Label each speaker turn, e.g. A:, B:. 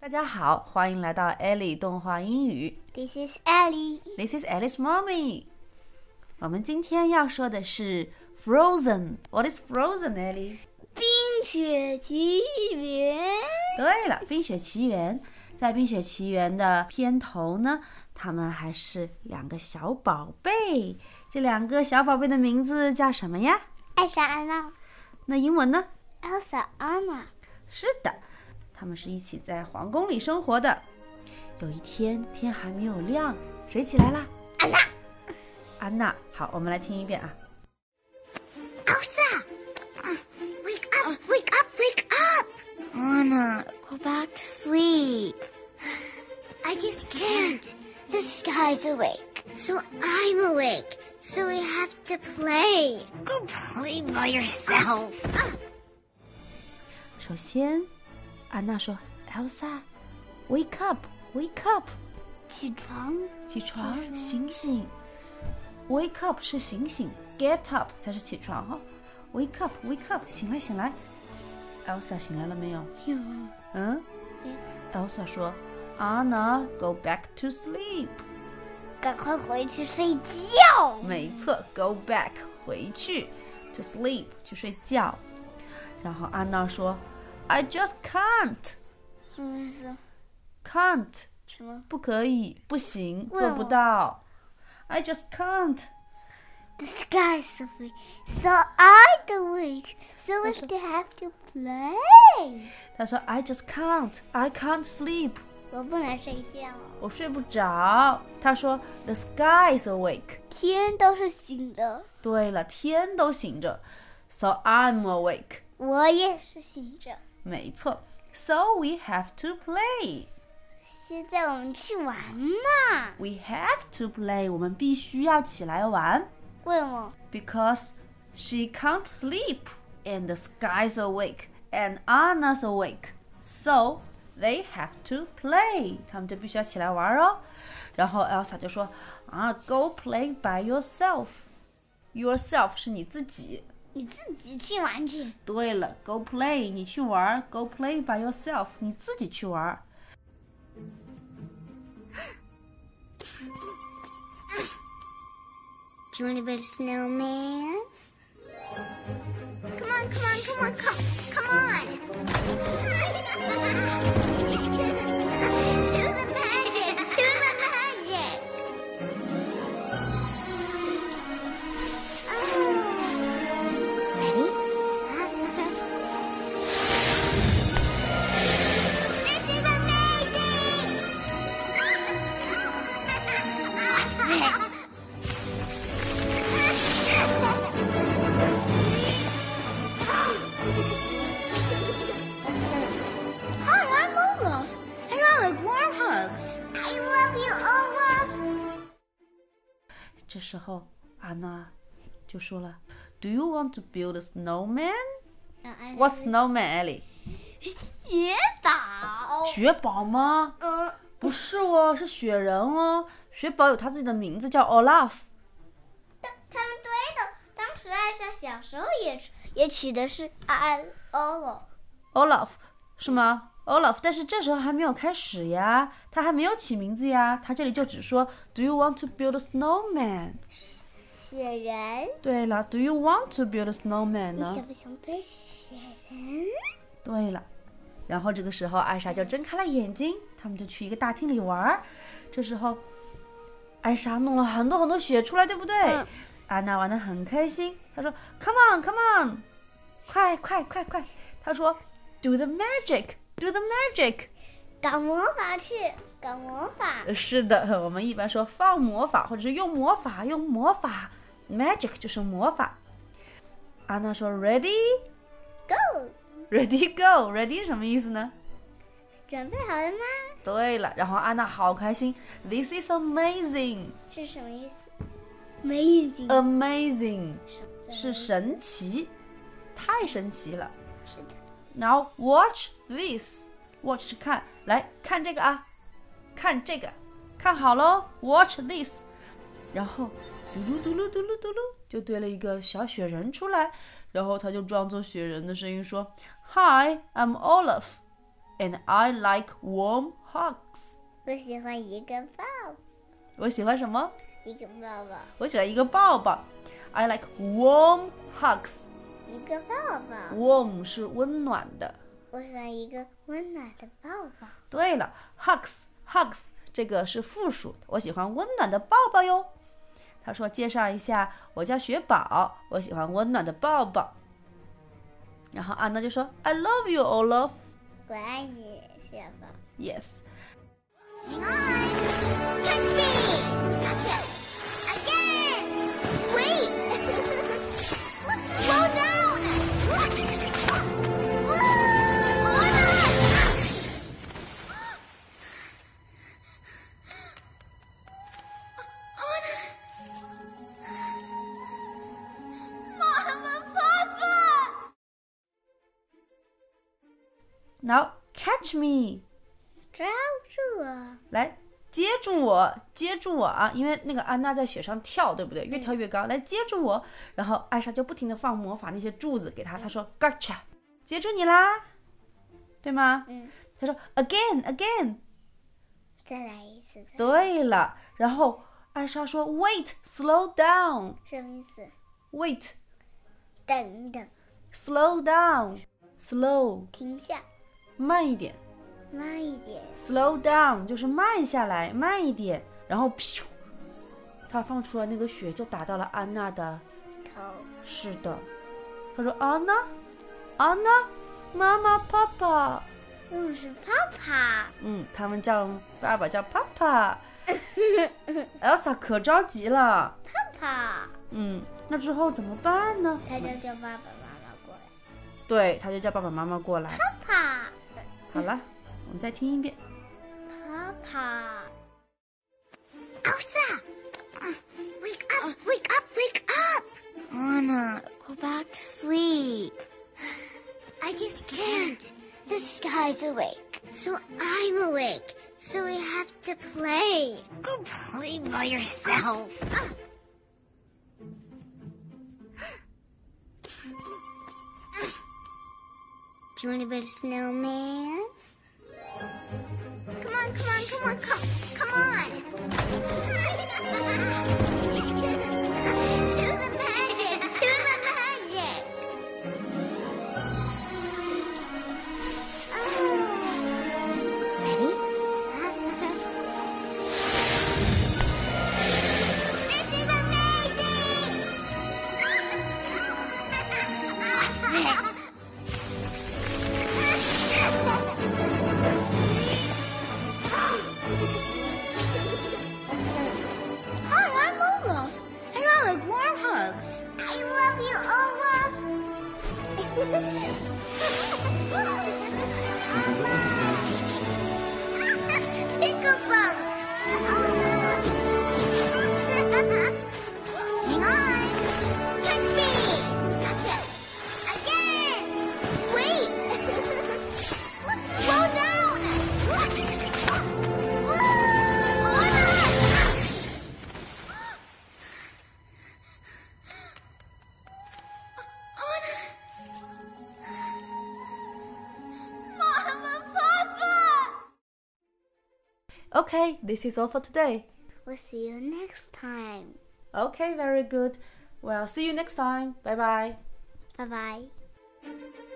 A: 大家好，欢迎来到 Ellie 动画英语。
B: This is Ellie.
A: This is Alice Mommy。我们今天要说的是 Frozen。What is Frozen，Ellie？
B: 冰雪奇缘
A: 对了，《冰雪奇缘》在《冰雪奇缘》的片头呢，他们还是两个小宝贝。这两个小宝贝的名字叫什么呀？
B: 爱上安娜
A: 那英文呢？
B: ，Elsa 安娜，
A: 是的，他们是一起在皇宫里生活的。有一天天还没有亮，谁起来啦？
B: 安娜
A: 安娜。好，我们来听一遍啊。
B: ，Elsa. Wake up! Wake up! Wake up! Anna, go back to sleep. I just can't. The sky's awake, so I'm awake. So we have to play. Go play by yourself.
A: 首先，安娜说：“Elsa，wake up，wake up，
B: 起床，
A: 起床，醒醒。”Wake up 是醒醒，get up 才是起床哦。Wake up，wake up，醒来，醒来。Elsa 醒来了没有？嗯。Elsa 说：“Anna，go back to sleep。”
B: 赶快回去睡觉。
A: 没错，go back 回去，to sleep 去睡觉。然后安娜说：“I just can't,
B: 什么意思？
A: can't
B: 什么
A: 不可以，不行，
B: 为
A: 做不
B: 什么
A: 到。I just can't。
B: The sky's awake, so I'm awake. So we have to play. ”
A: 她说：“I just can't, I can't sleep，
B: 我不能睡觉，
A: 我睡不着。”她说：“The sky is awake。
B: 天都是醒的，”
A: 对了，天都醒着，so I'm awake。
B: 我也是醒着。
A: 没错，so we have to play。
B: 现在我们去玩嘛？
A: We have to play，我们必须要起来玩。
B: 为什么？
A: because she can't sleep and the sky's awake and Anna's awake. So they have to play. 他们就必须要起来玩哦。然后 Elsa 就说：“啊，Go play by yourself. Yourself 是你自己。对了，Go
B: 你自己去玩去。
A: play 你去玩，Go play by yourself 你自己去玩。”
B: Do you want to build a snowman? Come on, come on, come on, come, come on! to the magic, to the magic! Oh. Ready? this is amazing! Watch this! Hi, I'm Olaf, and I like warm hugs. I love you, Olaf.
A: 这时候，安娜就说了：“Do you want to build a snowman? What snowman, Ellie？
B: 雪宝，
A: 雪宝吗？
B: 嗯，
A: 不是哦，是雪人哦。雪宝有他自己的名字叫 Olaf。
B: 他他们对的。当时艾莎小时候也也取的是 I Olaf。
A: Olaf 是吗？Olaf，但是这时候还没有开始呀，他还没有起名字呀，他这里就只说 Do you want to build a snowman？
B: 雪人，
A: 对了，Do you want to build a snowman
B: 你
A: 呢？
B: 想不想对雪人？
A: 对了，然后这个时候艾莎就睁开了眼睛，他们就去一个大厅里玩儿。这时候，艾莎弄了很多很多雪出来，对不对？
B: 嗯
A: 安娜玩的很开心，她说：“Come on, come on，快快快快！”她说：“Do the magic, do the magic。
B: 搞魔法去，搞魔法。”
A: 是的，我们一般说放魔法，或者是用魔法，用魔法，magic 就是魔法。安娜说：“Ready,
B: Go，
A: ready, go. Ready 什么意思呢？
B: 准备好了吗？
A: 对了，然后安娜好开心，This is amazing,
B: 是什么意思？Amazing，、
A: amazing
B: 是
A: 呃是神奇，太神奇了。
B: 是的，
A: Now watch this, watch 是看，来看这个啊，看这个，看好喽，watch this，然后嘟噜嘟噜嘟噜嘟噜就堆了一个小雪人出来，然后他就装作雪人的声音说，Hi, I'm Olaf。 and I like warm hugs。
B: 我喜欢一个抱
A: 我喜欢什么？
B: 一个抱抱，
A: 我喜欢一个抱抱。I like warm hugs。
B: 一个抱抱。
A: warm 是温暖的。
B: 我喜欢一个温暖的抱抱。
A: 对了，hugs hugs 这个是复数，我喜欢温暖的抱抱哟。他说：“介绍一下，我叫雪宝，我喜欢温暖的抱抱。”然后安娜就说：“I love you, Olaf.
B: 我爱你，雪宝。
A: Yes.
B: Hang on. Catch me. Gotcha. Again. Wait. Slow down. Mama, Papa!
A: Now catch me.
B: 抓住我！
A: 来接住我，接住我啊！因为那个安娜在雪上跳，对不对？越跳越高，来接住我。然后艾莎就不停的放魔法那些柱子给她，她说 “gotcha”，接住你啦，对吗？
B: 嗯，
A: 她说 “again, again”。
B: 再来一次，再
A: 对了，然后艾莎说：“Wait, slow down,
B: 什么意思？
A: wait,
B: 等等，
A: slow down, slow，
B: 停下，
A: 慢一点
B: 慢一点。
A: ，slow down 就是慢下来，慢一点。然后，咻，她放出来那个雪就打到了安娜的。
B: 头，
A: 是的，她说：安娜，安娜，妈妈，爸爸。
B: 嗯，是爸爸。
A: 嗯，他们叫爸爸叫爸爸。Elsa 可着急了。
B: 爸爸，
A: 嗯，那之后怎么办呢？
B: 他就叫爸爸妈妈过来。
A: 对，他就叫爸爸妈妈过来。
B: 爸爸，
A: 好了，我们再听一遍。
B: 爸爸。
C: Elsa!
B: Uh,
C: Wake up, wake up, wake up! Anna, go back to sleep.
B: I just can't. The sky's awake, so I'm awake. So we have to play.
C: Go play by yourself.
B: Do you want to build a snowman? Come on, come on, come on, come, come on! to the magic, to the magic! Oh. Ready? this is amazing! Watch
C: this.
B: Hi, I'm Olaf, and I like warm hugs. I love you, Olaf. Tickle bumps. Hang on. Catch me. Gotcha. Again. Wait. Slow down. Olaf. Mama, Papa.
A: Okay, this is all for today.
B: We'll see you next time.
A: Okay, very good. Well, see you next time. Bye bye.
B: Bye bye.